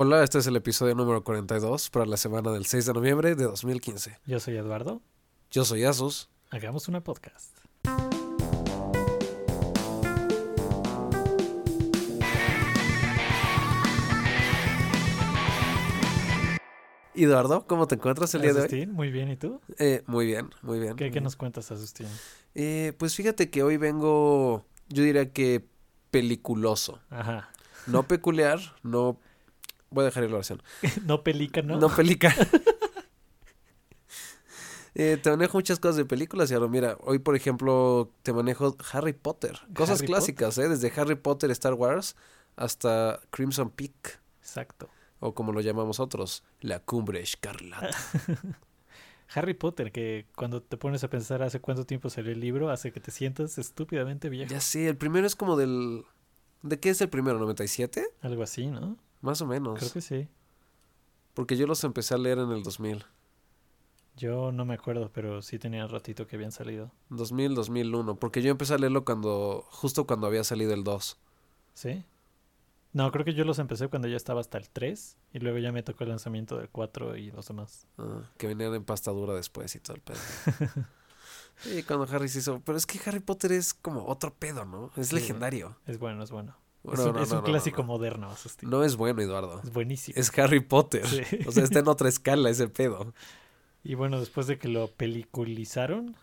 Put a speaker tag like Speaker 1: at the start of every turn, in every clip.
Speaker 1: Hola, este es el episodio número 42 para la semana del 6 de noviembre de 2015.
Speaker 2: Yo soy Eduardo.
Speaker 1: Yo soy Asus.
Speaker 2: Hagamos una podcast.
Speaker 1: Eduardo, ¿cómo te encuentras el día de hoy? Mm.
Speaker 2: Asustín, muy bien. ¿Y tú?
Speaker 1: Eh, muy bien, muy bien.
Speaker 2: ¿Qué,
Speaker 1: muy
Speaker 2: qué
Speaker 1: bien.
Speaker 2: nos cuentas, Asustín?
Speaker 1: Eh, pues fíjate que hoy vengo, yo diría que peliculoso.
Speaker 2: Ajá.
Speaker 1: No peculiar, no... Voy a dejar ir la oración.
Speaker 2: No pelícano.
Speaker 1: No pelica. Eh, te manejo muchas cosas de películas y ahora mira, hoy por ejemplo te manejo Harry Potter. Cosas
Speaker 2: Harry
Speaker 1: clásicas, ¿eh? Desde Harry Potter, Star Wars hasta Crimson Peak
Speaker 2: Exacto.
Speaker 1: o como lo llamamos otros, la cumbre escarlata.
Speaker 2: Harry Potter, que cuando te pones a pensar hace cuánto tiempo salió el libro, hace que te sientas estúpidamente viejo.
Speaker 1: ya sé, el primero es como del... ¿De qué es el primero? ¿97?
Speaker 2: Algo así, ¿no?
Speaker 1: Más o menos.
Speaker 2: Creo que sí.
Speaker 1: Porque yo los empecé a leer en el 2000.
Speaker 2: Yo no me acuerdo, pero sí tenía ratito que habían salido.
Speaker 1: 2000, 2001. Porque yo empecé a leerlo cuando... Justo cuando había salido el 2.
Speaker 2: ¿Sí? No, creo que yo los empecé cuando ya estaba hasta el 3 y luego ya me tocó el lanzamiento del 4 y los demás.
Speaker 1: Ah, que venían en pasta dura después y todo el pedo. Y cuando Harry se hizo. Pero es que Harry Potter es como otro pedo, ¿no? Es
Speaker 2: Sí.
Speaker 1: legendario.
Speaker 2: Es bueno, es bueno.
Speaker 1: Bueno,
Speaker 2: es un,
Speaker 1: no,
Speaker 2: es
Speaker 1: no,
Speaker 2: un
Speaker 1: no, no,
Speaker 2: clásico
Speaker 1: no.
Speaker 2: moderno, Asustín.
Speaker 1: No es bueno, Eduardo.
Speaker 2: Es buenísimo.
Speaker 1: Es Harry Potter.
Speaker 2: Sí.
Speaker 1: O sea, está en otra escala ese pedo.
Speaker 2: Y bueno, después de que lo peliculizaron.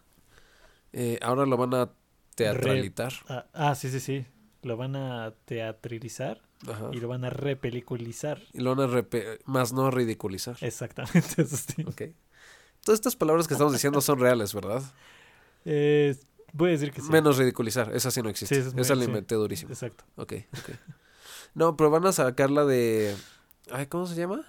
Speaker 1: Eh, ahora lo van a teatralitar.
Speaker 2: Ah, ah, sí, sí, sí. Lo van a teatralizar
Speaker 1: Ajá.
Speaker 2: y lo van a repeliculizar.
Speaker 1: Y lo van a repe- más no ridiculizar.
Speaker 2: Exactamente, Asustín.
Speaker 1: Ok. Todas estas palabras que estamos diciendo son reales, ¿verdad?
Speaker 2: Eh, voy a decir que sí.
Speaker 1: Menos ridiculizar. Esa sí no existe.
Speaker 2: Sí, esa es muy-
Speaker 1: Esa la
Speaker 2: sí.
Speaker 1: inventé durísimo.
Speaker 2: Exacto.
Speaker 1: Ok, ok. No, pero van a sacarla de. Ay, ¿cómo se llama?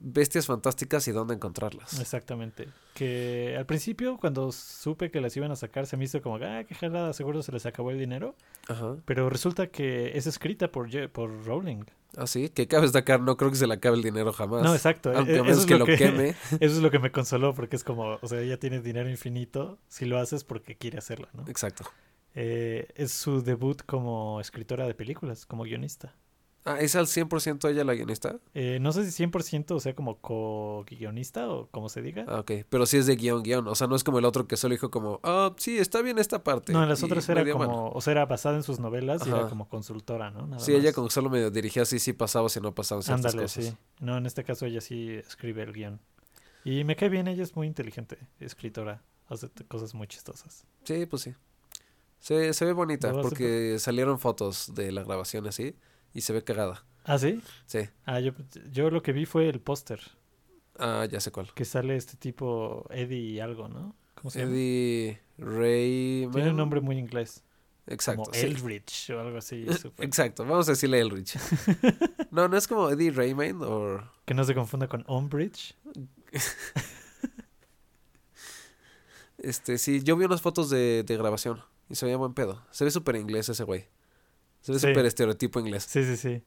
Speaker 1: Bestias fantásticas y dónde encontrarlas.
Speaker 2: Exactamente. Que al principio, cuando supe que las iban a sacar, se me hizo como, ah, qué jalada, seguro se les acabó el dinero.
Speaker 1: Ajá.
Speaker 2: Pero resulta que es escrita por, J- por Rowling.
Speaker 1: Ah, sí, que cabe destacar, no creo que se le acabe el dinero jamás.
Speaker 2: No, exacto.
Speaker 1: Pues, Aunque a
Speaker 2: eh,
Speaker 1: menos
Speaker 2: es
Speaker 1: que
Speaker 2: lo
Speaker 1: lo queme.
Speaker 2: Eso es lo que me consoló, porque es como, o sea, ella tiene dinero infinito si lo haces porque quiere hacerlo, ¿no?
Speaker 1: Exacto.
Speaker 2: Eh, es su debut como escritora de películas, como guionista.
Speaker 1: Ah, ¿es al 100% ella la guionista?
Speaker 2: Eh, no sé si 100% o sea como co-guionista o como se diga.
Speaker 1: Ah, ok. Pero sí es de guión, guión. O sea, no es como el otro que solo dijo como, ah, sí, está bien esta parte.
Speaker 2: no, en las
Speaker 1: y
Speaker 2: otras era
Speaker 1: medio,
Speaker 2: como,
Speaker 1: bueno.
Speaker 2: o sea, era basada en sus novelas y
Speaker 1: Ajá.
Speaker 2: era como consultora, ¿no? Nada
Speaker 1: Sí, ella
Speaker 2: más.
Speaker 1: como que solo medio dirigía así, sí pasaba, si no pasaban ciertas
Speaker 2: Ándale,
Speaker 1: cosas.
Speaker 2: sí. No, en este caso ella sí escribe el guión. Y me cae bien, ella es muy inteligente, escritora, hace t- cosas muy chistosas.
Speaker 1: Sí, pues sí. Se, se ve bonita
Speaker 2: Lo hace
Speaker 1: porque salieron fotos de la grabación así y se ve cagada.
Speaker 2: ¿Ah, sí?
Speaker 1: Sí.
Speaker 2: Ah, yo, yo lo que vi fue el póster,
Speaker 1: Ah, ya sé cuál.
Speaker 2: que sale este tipo Eddie y algo, ¿no? ¿Cómo se llama?
Speaker 1: Eddie Ray.
Speaker 2: Tiene un nombre muy inglés.
Speaker 1: Exacto.
Speaker 2: como
Speaker 1: sí.
Speaker 2: Eldritch o algo así. súper-
Speaker 1: Exacto. Vamos a decirle Elrich. no, no es como Eddie Raymond o.
Speaker 2: Que no se confunda con Umbridge.
Speaker 1: Este, sí, yo vi unas fotos de, de grabación y se veía buen pedo. Se ve súper inglés ese güey. Se ve
Speaker 2: Sí.
Speaker 1: súper estereotipo inglés.
Speaker 2: Sí, sí, sí.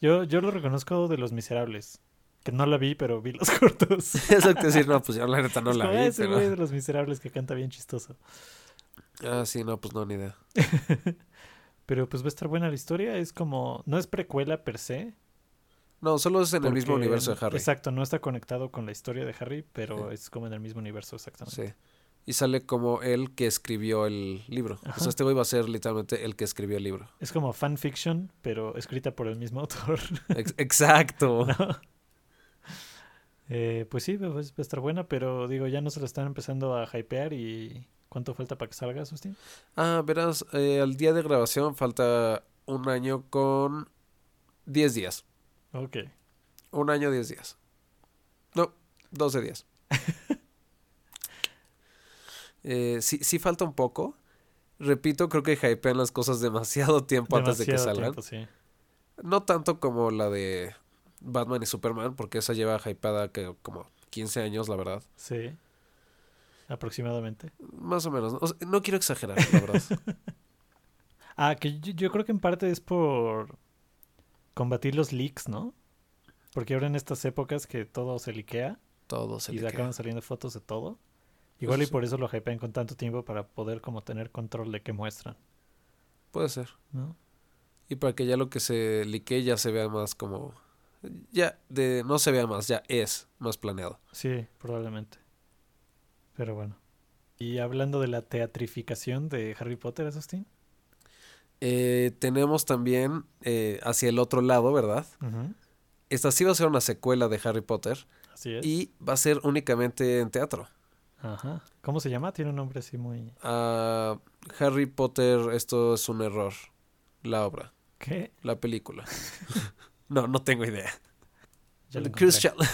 Speaker 2: Yo, yo lo reconozco de Los Miserables. Que no la vi, pero vi los cortos.
Speaker 1: Exacto, decir, no, pues yo la neta no
Speaker 2: Es
Speaker 1: la
Speaker 2: como, "Ah,
Speaker 1: vi,
Speaker 2: ese güey
Speaker 1: pero.
Speaker 2: de Los Miserables que canta bien chistoso.
Speaker 1: Ah, sí, no, pues no, ni idea.
Speaker 2: Pero pues va a estar buena la historia. Es como... No es precuela per se.
Speaker 1: No, solo es en el mismo
Speaker 2: porque-
Speaker 1: universo de Harry.
Speaker 2: Exacto. No está conectado con la historia de Harry, pero es como en el mismo universo exactamente.
Speaker 1: Sí. Y sale como el que escribió el libro. O sea,
Speaker 2: Ajá.
Speaker 1: este güey va a ser literalmente el que escribió el libro.
Speaker 2: Es como fanfiction, pero escrita por el mismo autor.
Speaker 1: Ex- Exacto.
Speaker 2: Eh, pues sí, va va a estar buena, pero digo, ya no se la están empezando a hypear y... ¿Cuánto falta para que salga, Sustin?
Speaker 1: Ah, verás, eh, al día de grabación falta un año con 10 días.
Speaker 2: Ok.
Speaker 1: Un año, 10 días. No, 12 días. Eh, sí, sí falta un poco. Repito, creo que hypean las cosas demasiado tiempo antes de que
Speaker 2: Demasiado
Speaker 1: salgan.
Speaker 2: tiempo, sí.
Speaker 1: No tanto como la de Batman y Superman, porque esa lleva hypeada que como 15 años, la verdad.
Speaker 2: Sí. Aproximadamente.
Speaker 1: Más o menos. ¿no? O sea, no quiero exagerar, la verdad.
Speaker 2: Ah, que yo, yo creo que en parte es por combatir los leaks, ¿no? Porque ahora en estas épocas que todo se liquea
Speaker 1: Todo se
Speaker 2: y
Speaker 1: le queda.
Speaker 2: acaban saliendo fotos de todo. Igual y
Speaker 1: sí.
Speaker 2: por eso lo hypean con tanto tiempo para poder como tener control de qué muestran,
Speaker 1: Puede ser.
Speaker 2: ¿no?
Speaker 1: Y para que ya lo que se liquee ya se vea más como Ya, de no se vea más, ya es más planeado.
Speaker 2: Sí, probablemente. Pero bueno. Y hablando de la teatrificación de Harry Potter, Asustín.
Speaker 1: Eh, tenemos también eh, hacia el otro lado, ¿verdad?
Speaker 2: Ujú,
Speaker 1: Esta sí va a ser una secuela de Harry Potter
Speaker 2: Así es.
Speaker 1: y va a ser únicamente en teatro.
Speaker 2: Ajá. ¿Cómo se llama? Tiene un nombre así muy...
Speaker 1: Ah, Harry Potter, esto es un error. La obra,
Speaker 2: ¿Qué?
Speaker 1: la película. no, no tengo idea.
Speaker 2: Ya lo encontré.
Speaker 1: Chris Chal-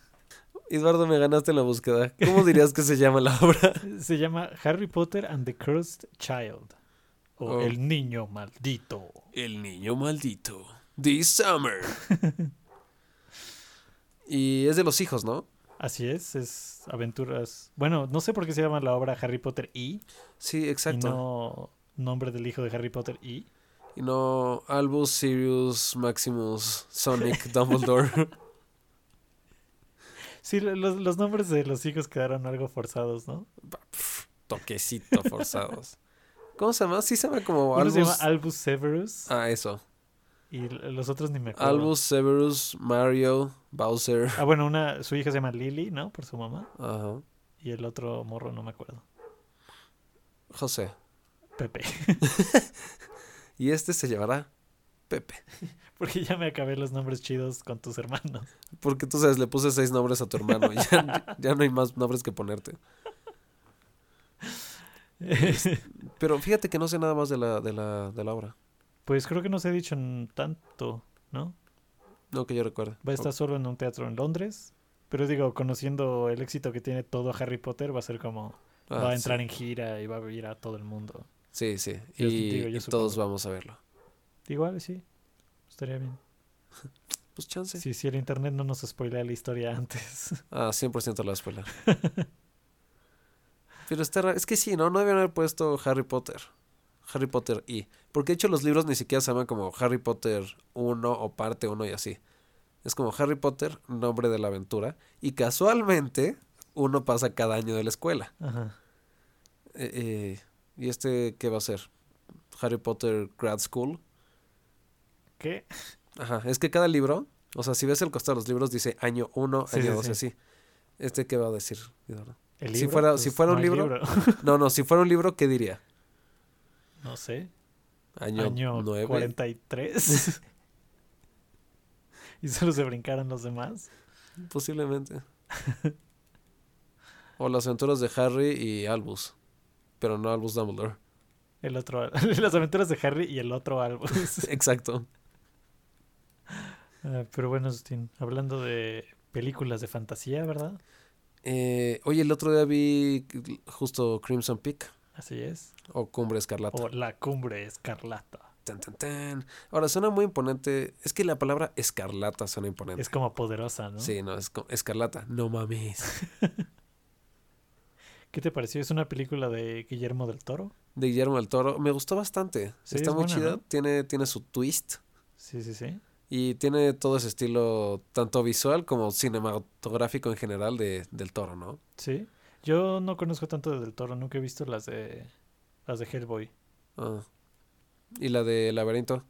Speaker 1: Eduardo, me ganaste en la búsqueda. ¿Cómo dirías que se llama la obra?
Speaker 2: Se llama Harry Potter and the Cursed Child. O
Speaker 1: Oh.
Speaker 2: El Niño Maldito.
Speaker 1: El niño maldito. This summer. y es de los hijos, ¿no?
Speaker 2: Así es, es aventuras... Bueno, no sé por qué se llama la obra Harry Potter y...
Speaker 1: Sí, exacto.
Speaker 2: Y no nombre del hijo de Harry Potter y...
Speaker 1: Y no Albus, Sirius, Maximus, Sonic, Dumbledore.
Speaker 2: Sí, lo- los, los nombres de los hijos quedaron algo forzados, ¿no?
Speaker 1: Toquecito forzados. ¿Cómo se llama? Sí se llama como
Speaker 2: Uno
Speaker 1: Albus.
Speaker 2: se llama Albus Severus
Speaker 1: Ah, eso.
Speaker 2: y l- los otros ni me acuerdo.
Speaker 1: Albus, Severus, Mario, Bowser.
Speaker 2: Ah, bueno, una, su hija se llama Lily, ¿no? Por su mamá.
Speaker 1: Ajá.
Speaker 2: Y el otro morro, no me acuerdo.
Speaker 1: José.
Speaker 2: Pepe.
Speaker 1: Y este se llamará Pepe.
Speaker 2: Porque ya me acabé los nombres chidos con tus hermanos.
Speaker 1: Porque tú sabes, le puse seis nombres a tu hermano. Ya, ya no hay más nombres que ponerte. Pero fíjate que no sé nada más de la, de la, de la obra.
Speaker 2: pues creo que no se ha dicho en tanto, ¿no?
Speaker 1: No que yo recuerde.
Speaker 2: Va a estar solo en un teatro en Londres. Pero digo, conociendo el éxito que tiene todo Harry Potter, va a ser como...
Speaker 1: Ah,
Speaker 2: va a entrar en gira y va a ir a todo el mundo.
Speaker 1: Sí, sí. sí.
Speaker 2: Yo
Speaker 1: Y,
Speaker 2: digo, yo
Speaker 1: y todos
Speaker 2: supongo.
Speaker 1: vamos a verlo.
Speaker 2: Igual, sí. Estaría bien.
Speaker 1: Pues chance.
Speaker 2: Sí, si el internet no nos spoilea la historia antes.
Speaker 1: Ah, 100% la escuela. Pero está raro. Es que sí, ¿no? No debían haber puesto Harry Potter. Harry Potter y. Porque de hecho los libros ni siquiera se llaman como Harry Potter 1 o parte 1 y así. Es como Harry Potter, nombre de la aventura. Y casualmente, uno pasa cada año de la escuela.
Speaker 2: Ajá.
Speaker 1: Eh, eh, ¿Y este qué va a ser? Harry Potter Grad School.
Speaker 2: ¿Qué?
Speaker 1: Ajá, es que cada libro, o sea, si ves el costado de los libros, dice año 1,
Speaker 2: Sí, sí,
Speaker 1: año 2,
Speaker 2: sí.
Speaker 1: así. ¿Este qué va a decir? Eduardo?
Speaker 2: ¿El Pues,
Speaker 1: Si fuera- si fuera un
Speaker 2: hay
Speaker 1: libro. No, no, si fuera un libro, ¿qué diría?
Speaker 2: No sé.
Speaker 1: Año,
Speaker 2: Año
Speaker 1: 9.
Speaker 2: 43. y solo se brincaron los demás.
Speaker 1: Posiblemente. o las aventuras de Harry y Albus. Pero no Albus Dumbledore.
Speaker 2: El otro. Las aventuras de Harry y el otro álbum.
Speaker 1: Exacto.
Speaker 2: Ah, pero bueno, Justin, hablando de películas de fantasía, ¿verdad?
Speaker 1: Eh, oye, el otro día vi justo Crimson Peak
Speaker 2: Así es.
Speaker 1: o Cumbre Escarlata.
Speaker 2: O La Cumbre Escarlata.
Speaker 1: Tan, tan, tan. Ahora, suena muy imponente. Es que la palabra escarlata suena imponente.
Speaker 2: Es como poderosa, ¿no?
Speaker 1: Em, Sí, no, es co- escarlata. No mames.
Speaker 2: ¿Qué te pareció? ¿Es una película de Guillermo del Toro?
Speaker 1: De Guillermo del Toro. Me gustó bastante.
Speaker 2: Sí,
Speaker 1: Está
Speaker 2: es
Speaker 1: muy
Speaker 2: buena,
Speaker 1: chida.
Speaker 2: ¿no?
Speaker 1: Tiene, tiene su twist.
Speaker 2: Sí, sí, sí.
Speaker 1: Y tiene todo ese estilo, tanto visual como cinematográfico en general, de, del toro, ¿no?
Speaker 2: Sí. Yo no conozco tanto de del Toro, nunca he visto las de las de Hellboy.
Speaker 1: Ah. Y la de Laberinto.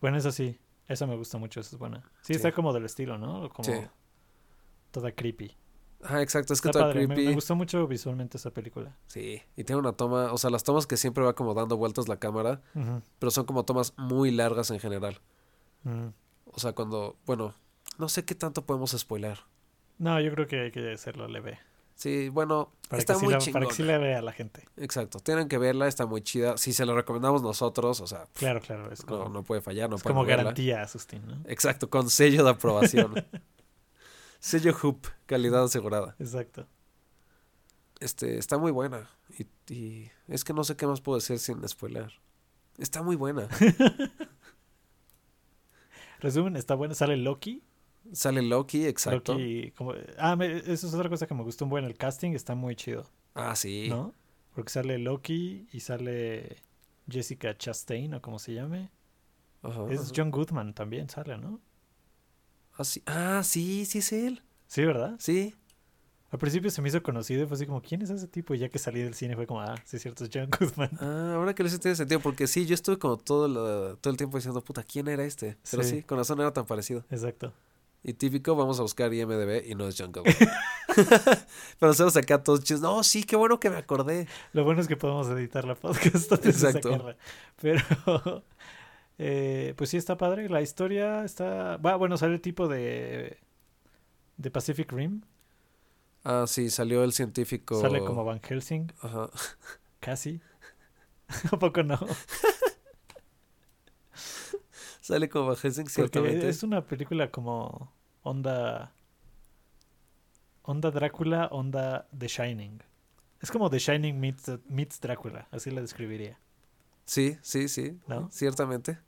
Speaker 2: Bueno, esa sí, esa me gusta mucho, esa es buena.
Speaker 1: Sí.
Speaker 2: Sí, está como del estilo, ¿no? Como
Speaker 1: Sí.
Speaker 2: toda creepy.
Speaker 1: Ah, exacto, es que
Speaker 2: Está
Speaker 1: está
Speaker 2: padre, me-
Speaker 1: creepy.
Speaker 2: Me, gustó mucho visualmente esa película.
Speaker 1: sí, y tiene una toma, o sea, las tomas que siempre va como dando vueltas la cámara,
Speaker 2: Ujú,
Speaker 1: pero son como tomas muy largas en general.
Speaker 2: ujú.
Speaker 1: O sea, cuando, bueno, no sé qué tanto podemos spoiler.
Speaker 2: No, yo creo que hay que hacerlo leve.
Speaker 1: Sí, bueno,
Speaker 2: Para,
Speaker 1: está
Speaker 2: que, sí
Speaker 1: muy
Speaker 2: la- para
Speaker 1: chingona.
Speaker 2: que sí la vea la gente.
Speaker 1: Exacto, tienen que verla, está muy chida. Si se la recomendamos nosotros, o sea, pff,
Speaker 2: Claro, claro, es como,
Speaker 1: no, no puede fallar, no
Speaker 2: es
Speaker 1: puede
Speaker 2: como
Speaker 1: verla.
Speaker 2: garantía, Asustín, ¿no?
Speaker 1: Exacto, con sello de aprobación. sello Hoop, calidad asegurada.
Speaker 2: Exacto.
Speaker 1: Este, está muy buena. Y, y es que no sé qué más puedo decir sin spoiler. Está muy buena.
Speaker 2: Resumen, está buena. Sale Loki.
Speaker 1: Sale Loki, exacto.
Speaker 2: Loki, como, ah, me- eso es otra cosa que me gustó un buen. El casting está muy chido.
Speaker 1: Ah, sí.
Speaker 2: ¿no? Porque sale Loki y sale Jessica Chastain o como se llame.
Speaker 1: Ajá,
Speaker 2: Es
Speaker 1: ajá.
Speaker 2: John Goodman también sale, ¿no?
Speaker 1: Ah, sí. Ah, sí, sí es él.
Speaker 2: Sí, ¿verdad?
Speaker 1: Sí.
Speaker 2: Al principio se me hizo conocido y fue así como, ¿quién es ese tipo? Y ya que salí del cine fue como, ah, sí es cierto, es John Goodman.
Speaker 1: Ah, ahora que lo hice tiene sentido, porque sí, yo estuve como todo, la- todo el tiempo diciendo, puta, ¿quién era este? Pero sí,
Speaker 2: Sí.
Speaker 1: con razón era tan parecido.
Speaker 2: Exacto.
Speaker 1: Y típico, vamos a buscar IMDB y no es Jungle Book. Pero nosotros acá todos chis, no, sí, qué bueno que me acordé.
Speaker 2: Lo bueno es que podemos editar la podcast. antes de
Speaker 1: Exacto.
Speaker 2: sacarla. Pero, eh, pues sí, está padre. La historia está... Va, bueno, sale el tipo de... De Pacific Rim.
Speaker 1: Ah, sí, salió el científico.
Speaker 2: Sale como Van Helsing,
Speaker 1: Ajá.
Speaker 2: casi. ¿A poco no?
Speaker 1: Sale como Van Helsing,
Speaker 2: Porque
Speaker 1: ciertamente.
Speaker 2: es una película como onda... Onda Drácula, onda The Shining. Es como The Shining meets, meets Drácula, así la describiría.
Speaker 1: Sí, sí, sí.
Speaker 2: ¿No?
Speaker 1: Ciertamente.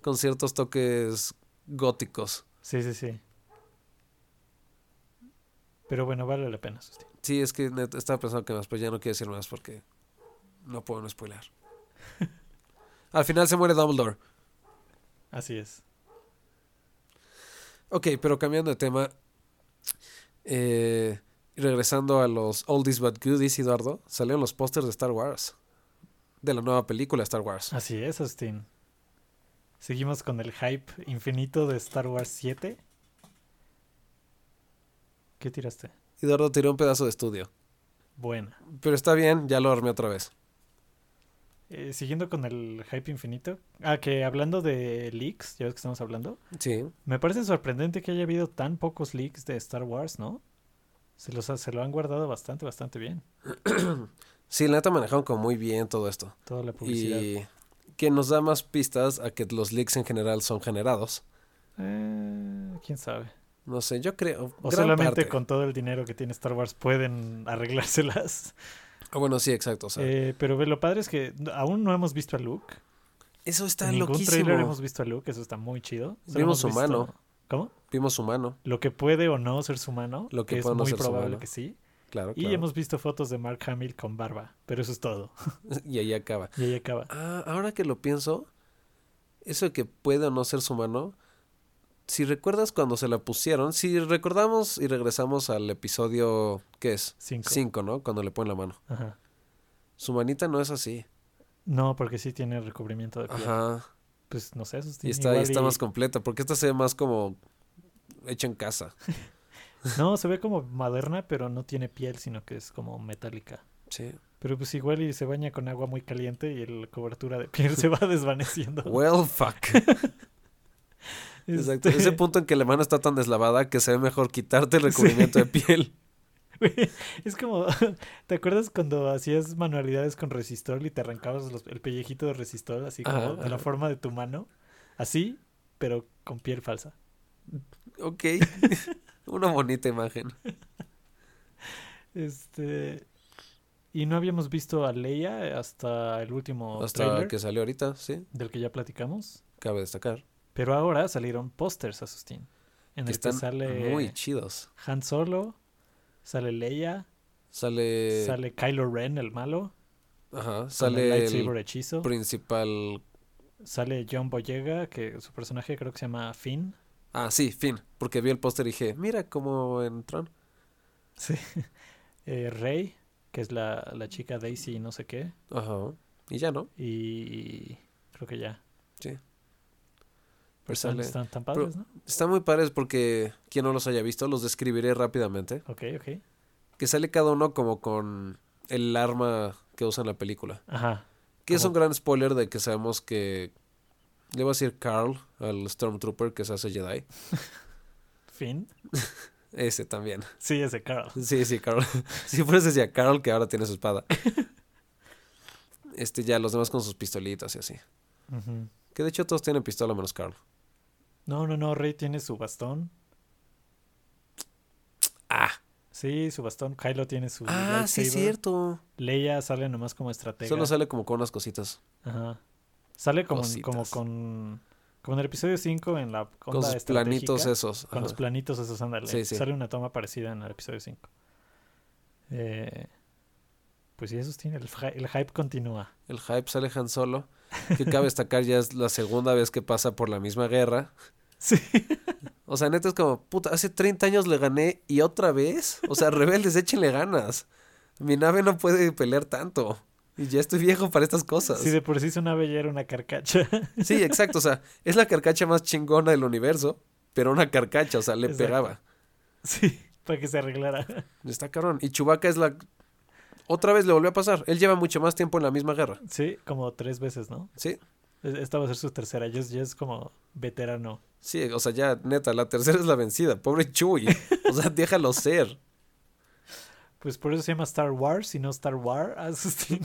Speaker 1: Con ciertos toques góticos.
Speaker 2: Sí, sí, sí. Pero bueno, vale la pena, Sustin.
Speaker 1: Sí, es que neta, estaba pensando que más, pero ya no quiero decir más porque no puedo no spoiler. Al final se muere Dumbledore.
Speaker 2: Así es.
Speaker 1: Ok, pero cambiando de tema. eh, y regresando a los Oldies But Goodies, Eduardo, salieron los pósters de Star Wars. De la nueva película Star Wars.
Speaker 2: Así es, Austin. Seguimos con el hype infinito de Star Wars 7. ¿Qué tiraste?
Speaker 1: Eduardo tiró un pedazo de estudio.
Speaker 2: Buena.
Speaker 1: Pero está bien, ya lo armé otra vez.
Speaker 2: Eh, siguiendo con el hype infinito. Ah, que hablando de leaks, ya ves que estamos hablando.
Speaker 1: Sí.
Speaker 2: Me parece sorprendente que haya habido tan pocos leaks de Star Wars, ¿no? Se, los, ha- se lo han guardado bastante, bastante bien.
Speaker 1: Sí, la neta manejaron como muy bien todo esto.
Speaker 2: Toda la publicidad.
Speaker 1: y que nos da más pistas a que los leaks en general son generados.
Speaker 2: Eh, ¿Quién sabe?
Speaker 1: No sé, yo creo.
Speaker 2: O
Speaker 1: gran
Speaker 2: solamente
Speaker 1: parte.
Speaker 2: con todo el dinero que tiene Star Wars pueden arreglárselas.
Speaker 1: Ah, bueno, sí, exacto. o sea,
Speaker 2: Eh, pero ve, lo padre es que n- aún no hemos visto a Luke.
Speaker 1: eso está
Speaker 2: en ningún
Speaker 1: loquísimo.
Speaker 2: trailer hemos visto a Luke, eso está muy chido.
Speaker 1: Vimos
Speaker 2: hemos
Speaker 1: su
Speaker 2: visto-
Speaker 1: mano.
Speaker 2: ¿Cómo?
Speaker 1: Vimos humano,
Speaker 2: Lo que puede o no ser su mano,
Speaker 1: Lo que
Speaker 2: que es
Speaker 1: puede o no
Speaker 2: muy
Speaker 1: ser su
Speaker 2: probable
Speaker 1: mano.
Speaker 2: que sí.
Speaker 1: claro,
Speaker 2: Y
Speaker 1: Ah, claro.
Speaker 2: hemos visto fotos de Mark Hamill con barba, pero eso es todo.
Speaker 1: Y ahí acaba.
Speaker 2: Y ahí acaba.
Speaker 1: Ah, ahora que lo pienso, eso de que puede o no ser su mano, si recuerdas cuando se la pusieron, si recordamos y regresamos al episodio, ¿qué es?
Speaker 2: Cinco.
Speaker 1: Cinco, ¿no? Cuando le ponen la mano.
Speaker 2: Ajá.
Speaker 1: Su manita no es así.
Speaker 2: No, porque sí tiene recubrimiento de piel.
Speaker 1: Ajá.
Speaker 2: Pues no sé, eso
Speaker 1: Y está, y está más completa, porque esta se ve más como hecha en casa.
Speaker 2: No, se ve como moderna, pero no tiene piel, sino que es como metálica.
Speaker 1: Sí.
Speaker 2: Pero pues igual y se baña con agua muy caliente y la cobertura de piel se va desvaneciendo.
Speaker 1: Well, fuck. Exacto.
Speaker 2: Este,
Speaker 1: Ese punto en que la mano está tan deslavada que se ve mejor quitarte el recubrimiento de piel.
Speaker 2: güey, Es como, ¿te acuerdas cuando hacías manualidades con resistol y te arrancabas los- el pellejito de resistol así como
Speaker 1: Ajá,
Speaker 2: de la
Speaker 1: ajá.
Speaker 2: forma de tu mano? Así, pero con piel falsa.
Speaker 1: Ok. Una bonita imagen.
Speaker 2: Este... Y no habíamos visto a Leia hasta el último
Speaker 1: Hasta
Speaker 2: trailer
Speaker 1: que salió ahorita, sí.
Speaker 2: del que ya platicamos.
Speaker 1: Cabe destacar.
Speaker 2: Pero ahora salieron pósters, Asustín. En
Speaker 1: Que
Speaker 2: el que
Speaker 1: están
Speaker 2: sale
Speaker 1: muy chidos.
Speaker 2: Han Solo, sale Leia,
Speaker 1: Sale.
Speaker 2: Sale Kylo Ren, el malo.
Speaker 1: ajá.
Speaker 2: con el
Speaker 1: Eh, Sale el,
Speaker 2: lightsaber hechizo.
Speaker 1: principal.
Speaker 2: Sale John Boyega, que su personaje creo que se llama Finn.
Speaker 1: Ah, sí, fin. Porque vi el póster y dije, mira como en Tron.
Speaker 2: Sí. Eh, Rey, que es la, la chica Daisy y no sé qué.
Speaker 1: Ajá. Y ya no.
Speaker 2: Y creo que ya.
Speaker 1: Sí.
Speaker 2: Pero
Speaker 1: Pues
Speaker 2: están,
Speaker 1: sale-
Speaker 2: están tan padres, ¿no?
Speaker 1: Están muy pares porque quien no los haya visto, los describiré rápidamente.
Speaker 2: Ok, ok.
Speaker 1: Que sale cada uno como con el arma que usa en la película.
Speaker 2: Ajá.
Speaker 1: Que es
Speaker 2: Ajá.
Speaker 1: un gran spoiler de que sabemos que. Le voy a decir Carl al Stormtrooper que se hace Jedi.
Speaker 2: Finn.
Speaker 1: Ese también.
Speaker 2: Sí, ese Carl.
Speaker 1: Sí, sí, Carl. Si por eso decía Carl que ahora tiene su espada. Este, ya, los demás con sus pistolitas y así.
Speaker 2: Ujú.
Speaker 1: Que de hecho todos tienen pistola menos Carl.
Speaker 2: No, no, no. Rey tiene su bastón.
Speaker 1: Ah,
Speaker 2: Sí, su bastón. Kylo tiene su.
Speaker 1: ah sí,
Speaker 2: lightsaber.
Speaker 1: cierto.
Speaker 2: Leia sale nomás como estratega.
Speaker 1: Solo sale como con unas cositas.
Speaker 2: Ajá. Sale como, en- como
Speaker 1: Cositas.
Speaker 2: con. Como en el episodio 5, en la
Speaker 1: Con
Speaker 2: onda
Speaker 1: sus planitos
Speaker 2: estratégica,
Speaker 1: esos.
Speaker 2: Con los
Speaker 1: ajá.
Speaker 2: planitos esos, ándale.
Speaker 1: Sí, sí.
Speaker 2: Sale una toma parecida en el episodio 5. Eh, pues sí, eso tiene. El, hy- el hype continúa.
Speaker 1: El hype sale Han Solo. Que cabe destacar ya es la segunda vez que pasa por la misma guerra.
Speaker 2: Sí.
Speaker 1: O sea, neta es como, puta, hace 30 años le gané y otra vez. O sea, rebeldes, échenle ganas. Mi nave no puede pelear tanto. Y ya estoy viejo para estas cosas.
Speaker 2: Si de por sí su nave ya era una carcacha.
Speaker 1: Sí, exacto. O sea, es la carcacha más chingona del universo. pero una carcacha, o sea, le
Speaker 2: Exacto.
Speaker 1: pegaba.
Speaker 2: Sí, para que se arreglara.
Speaker 1: Está cabrón. Y Chewbacca es la... Otra vez le volvió a pasar. Él lleva mucho más tiempo en la misma guerra.
Speaker 2: Sí, como tres veces, ¿no?
Speaker 1: Sí,
Speaker 2: E- Esta va a ser su tercera. Ya es, ya es como veterano.
Speaker 1: sí, o sea, ya, neta, la tercera es la vencida. Pobre Chewie. O sea, déjalo ser.
Speaker 2: Pues por eso se llama Star Wars y no Star War, Ah, Asustín.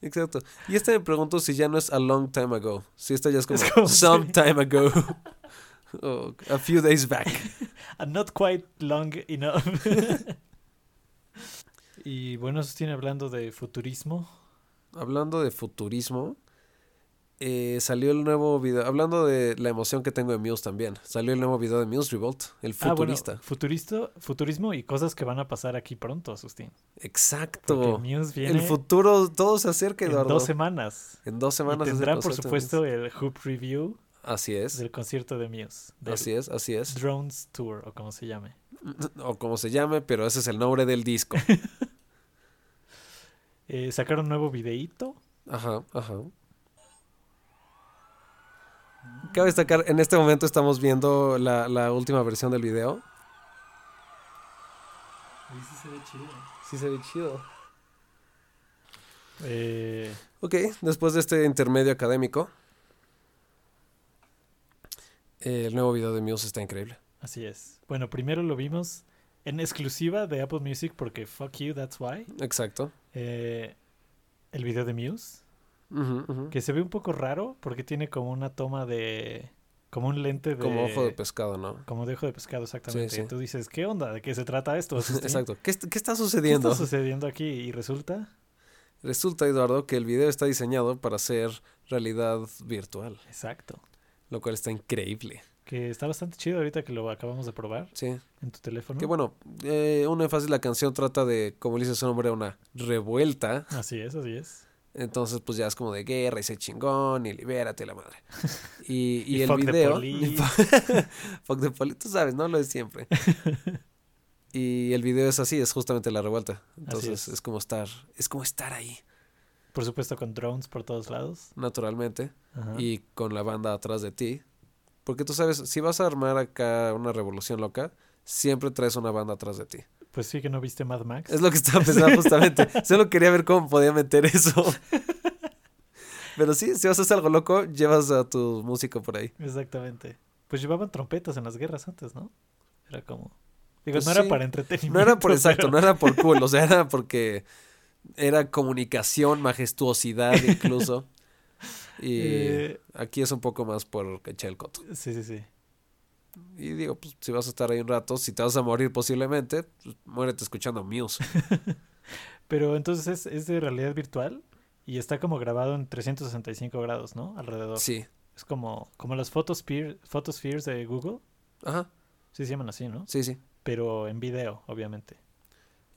Speaker 1: Exacto. Y esta me pregunto si ya no es a long time ago. Si esta ya es como,
Speaker 2: Es como-
Speaker 1: some time ago. O a few days back.
Speaker 2: And Ah, not quite long enough. y bueno, Asustín, hablando de futurismo.
Speaker 1: Hablando de futurismo, eh, salió el nuevo video. Hablando de la emoción que tengo de Muse también. Salió el nuevo video de Muse Revolt, el
Speaker 2: Ah, bueno,
Speaker 1: futurista.
Speaker 2: futuristo, futurismo y cosas que van a pasar aquí pronto, Asustín. Porque
Speaker 1: Exacto.
Speaker 2: Muse viene
Speaker 1: El futuro todo se acerca,
Speaker 2: en
Speaker 1: Eduardo.
Speaker 2: dos semanas.
Speaker 1: En dos
Speaker 2: Y
Speaker 1: semanas. es el
Speaker 2: tendrá, por
Speaker 1: concierto de
Speaker 2: supuesto, el Hoop Review
Speaker 1: Muse. Así es.
Speaker 2: del concierto de Muse. Del
Speaker 1: Así es, así es.
Speaker 2: Drones Tour, o como se llame.
Speaker 1: O como se llame, pero ese es el nombre del disco.
Speaker 2: Eh, sacaron un nuevo videíto.
Speaker 1: Ajá, ajá. Cabe destacar, en este momento estamos viendo la, la última versión del video. Sí se ve chido.
Speaker 2: Eh,
Speaker 1: Ok, después de este intermedio académico, eh, el nuevo video de Muse está increíble.
Speaker 2: así es. Bueno, primero lo vimos en exclusiva de Apple Music porque fuck you, that's why.
Speaker 1: Exacto.
Speaker 2: Eh, el video de Muse,
Speaker 1: Ujú, ujú.
Speaker 2: que se ve un poco raro porque tiene como una toma de... como un lente de...
Speaker 1: Como ojo de pescado, ¿no?
Speaker 2: como de ojo de pescado, exactamente.
Speaker 1: sí.
Speaker 2: Y tú dices, ¿qué onda? ¿De qué se trata esto? Asustín?
Speaker 1: Exacto. ¿Qué, est- qué está
Speaker 2: ¿Qué
Speaker 1: sucediendo?
Speaker 2: está sucediendo aquí? Y resulta...
Speaker 1: Resulta, Eduardo, que el video está diseñado para ser realidad virtual,
Speaker 2: Exacto.
Speaker 1: lo cual está increíble.
Speaker 2: Que está bastante chido ahorita que lo acabamos de probar
Speaker 1: Sí.
Speaker 2: en tu teléfono.
Speaker 1: Que bueno, eh, un énfasis la canción trata de, como le dice su nombre, una revuelta.
Speaker 2: Así es, así es.
Speaker 1: Entonces, pues ya es como de guerra y sé chingón y libérate la madre. Y, y
Speaker 2: Y
Speaker 1: el
Speaker 2: fuck the
Speaker 1: video.
Speaker 2: police.
Speaker 1: fuck the police, tú sabes, ¿no? Lo de siempre. y el video es así, es justamente la revuelta. Entonces,
Speaker 2: es.
Speaker 1: es como estar, es como estar ahí,
Speaker 2: Por supuesto con drones por todos lados.
Speaker 1: naturalmente.
Speaker 2: Ajá.
Speaker 1: y con la banda atrás de ti. Porque tú sabes, si vas a armar acá una revolución loca, siempre traes una banda atrás de ti.
Speaker 2: Pues sí que no viste Mad Max.
Speaker 1: Es lo que estaba pensando justamente. Solo quería ver cómo podía meter eso. Pero sí, si vas a hacer algo loco, llevas a tu músico por ahí.
Speaker 2: Exactamente. Pues llevaban trompetas en las guerras antes, ¿no? Era como... Digo,
Speaker 1: Pues
Speaker 2: no
Speaker 1: sí.
Speaker 2: era para entretenimiento.
Speaker 1: No era por
Speaker 2: pero-
Speaker 1: exacto, no era por cool, o sea, era porque era comunicación, majestuosidad incluso. Y
Speaker 2: Eh.
Speaker 1: aquí es un poco más por echar el coto.
Speaker 2: Sí, sí, sí.
Speaker 1: Y digo, pues si vas a estar ahí un rato, si te vas a morir posiblemente, pues, muérete escuchando Muse.
Speaker 2: Pero entonces es, es de realidad virtual y está como grabado en 365 grados, ¿no? Alrededor.
Speaker 1: Sí.
Speaker 2: Es como, como las photosphere, photospheres de Google.
Speaker 1: Ajá.
Speaker 2: Sí se llaman así, ¿no?
Speaker 1: Sí, sí.
Speaker 2: Pero en video, obviamente.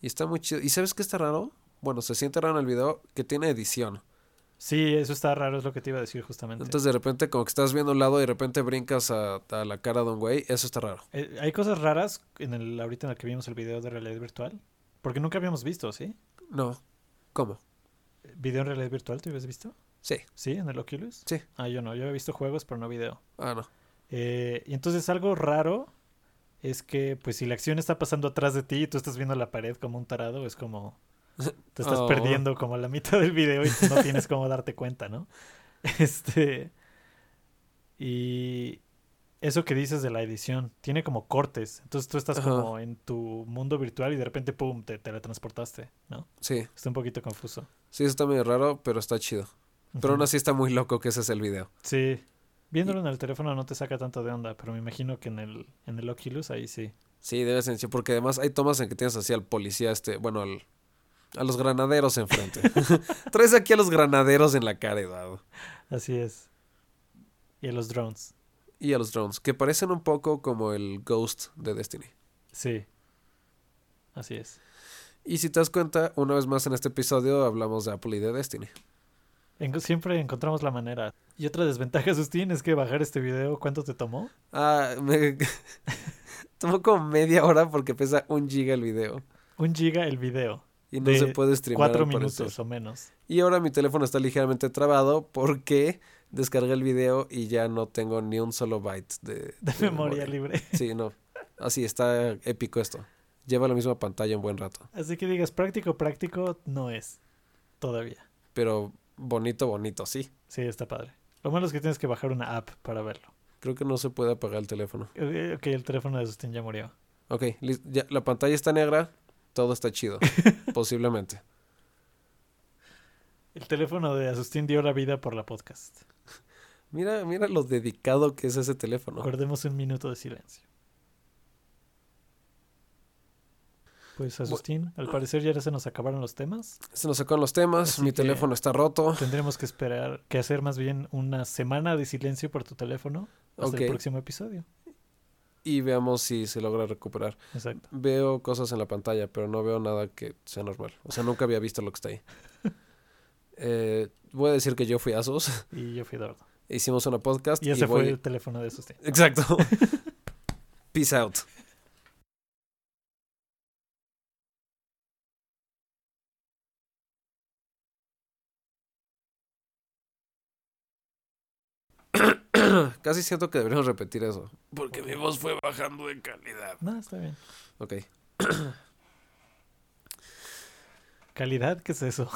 Speaker 1: Y está muy chido. ¿Y sabes qué está raro? Bueno, se siente raro en el video que tiene edición.
Speaker 2: Sí, eso está raro, es lo que te iba a decir justamente.
Speaker 1: Entonces de repente como que estás viendo un lado y de repente brincas a, a la cara de un güey. Eso está raro.
Speaker 2: Eh, hay cosas raras en el, ahorita en el que vimos el video de realidad virtual. Porque nunca habíamos visto, ¿sí?
Speaker 1: No. ¿Cómo?
Speaker 2: ¿Video en realidad virtual tú habías visto?
Speaker 1: Sí.
Speaker 2: ¿Sí? ¿En el Oculus?
Speaker 1: Sí.
Speaker 2: Ah, yo no. Yo he visto juegos, pero no video.
Speaker 1: Ah, no.
Speaker 2: Eh, y entonces algo raro es que, pues, si la acción está pasando atrás de ti y tú estás viendo la pared como un tarado, es como... Te estás
Speaker 1: Oh.
Speaker 2: perdiendo como la mitad del video y no tienes cómo darte cuenta, ¿no? Este... Y... Eso que dices de la edición, tiene como cortes. Entonces tú estás
Speaker 1: Ajá.
Speaker 2: como en tu mundo virtual y de repente, ¡pum!, te teletransportaste, ¿no?
Speaker 1: Sí.
Speaker 2: Está un poquito confuso.
Speaker 1: Sí, eso está medio raro, pero está chido. Pero aún
Speaker 2: Ujú.
Speaker 1: así está muy loco que ese es el video.
Speaker 2: Sí. Viéndolo en el teléfono no te saca tanto de onda, pero me imagino que en el, en el Oculus ahí sí.
Speaker 1: Sí, debe ser chido. Porque además hay tomas en que tienes así al policía, este, bueno, al- a los granaderos enfrente. Traes aquí a los granaderos en la cara, Eduardo.
Speaker 2: Así es. Y a los drones.
Speaker 1: y a los drones, que parecen un poco como el Ghost de Destiny.
Speaker 2: Sí. Así es.
Speaker 1: Y si te das cuenta, una vez más en este episodio hablamos de Apple y de Destiny.
Speaker 2: En- siempre encontramos la manera. Y otra desventaja, Justin, es que bajar este video, ¿cuánto te tomó?
Speaker 1: Ah, me... tomó como media hora porque pesa un giga el video.
Speaker 2: Un giga el video.
Speaker 1: Y no
Speaker 2: De
Speaker 1: se puede streamar.
Speaker 2: Cuatro
Speaker 1: al
Speaker 2: minutos
Speaker 1: parecer.
Speaker 2: o menos.
Speaker 1: Y ahora mi teléfono está ligeramente trabado porque descargué el video y ya no tengo ni un solo byte de,
Speaker 2: De memoria libre.
Speaker 1: Sí, no. Así está épico esto. Lleva la misma pantalla un buen rato.
Speaker 2: Así que digas, práctico, práctico, no es. Todavía.
Speaker 1: Pero bonito, bonito, sí.
Speaker 2: Sí, está padre. Lo malo es que tienes que bajar una app para verlo.
Speaker 1: Creo que no se puede apagar el teléfono.
Speaker 2: Eh, Ok, el teléfono de Justin ya murió.
Speaker 1: Ok, lis- ya, la pantalla está negra, todo está chido. posiblemente.
Speaker 2: El teléfono de Asustín dio la vida por la podcast.
Speaker 1: Mira, mira lo dedicado que es ese teléfono.
Speaker 2: Guardemos un minuto de silencio. Pues Asustín, al parecer ya se nos acabaron los temas.
Speaker 1: Se nos sacaron los temas,
Speaker 2: Así
Speaker 1: mi
Speaker 2: que-
Speaker 1: teléfono está roto.
Speaker 2: Tendremos que esperar, que hacer más bien una semana de silencio por tu teléfono hasta
Speaker 1: Ok.
Speaker 2: el próximo episodio.
Speaker 1: Y veamos si se logra recuperar.
Speaker 2: Exacto.
Speaker 1: Veo cosas en la pantalla, pero no veo nada que sea normal. O sea, nunca había visto lo que está ahí. Eh, voy a decir que yo fui a ASOS.
Speaker 2: Y yo fui Eduardo.
Speaker 1: Hicimos una podcast.
Speaker 2: Y ese
Speaker 1: voy-
Speaker 2: fue el teléfono de Asustín.
Speaker 1: Exacto. Peace out. Casi siento que deberíamos repetir eso. Porque mi voz fue bajando de calidad.
Speaker 2: No, está bien.
Speaker 1: Ok.
Speaker 2: ¿Calidad? ¿Qué es eso?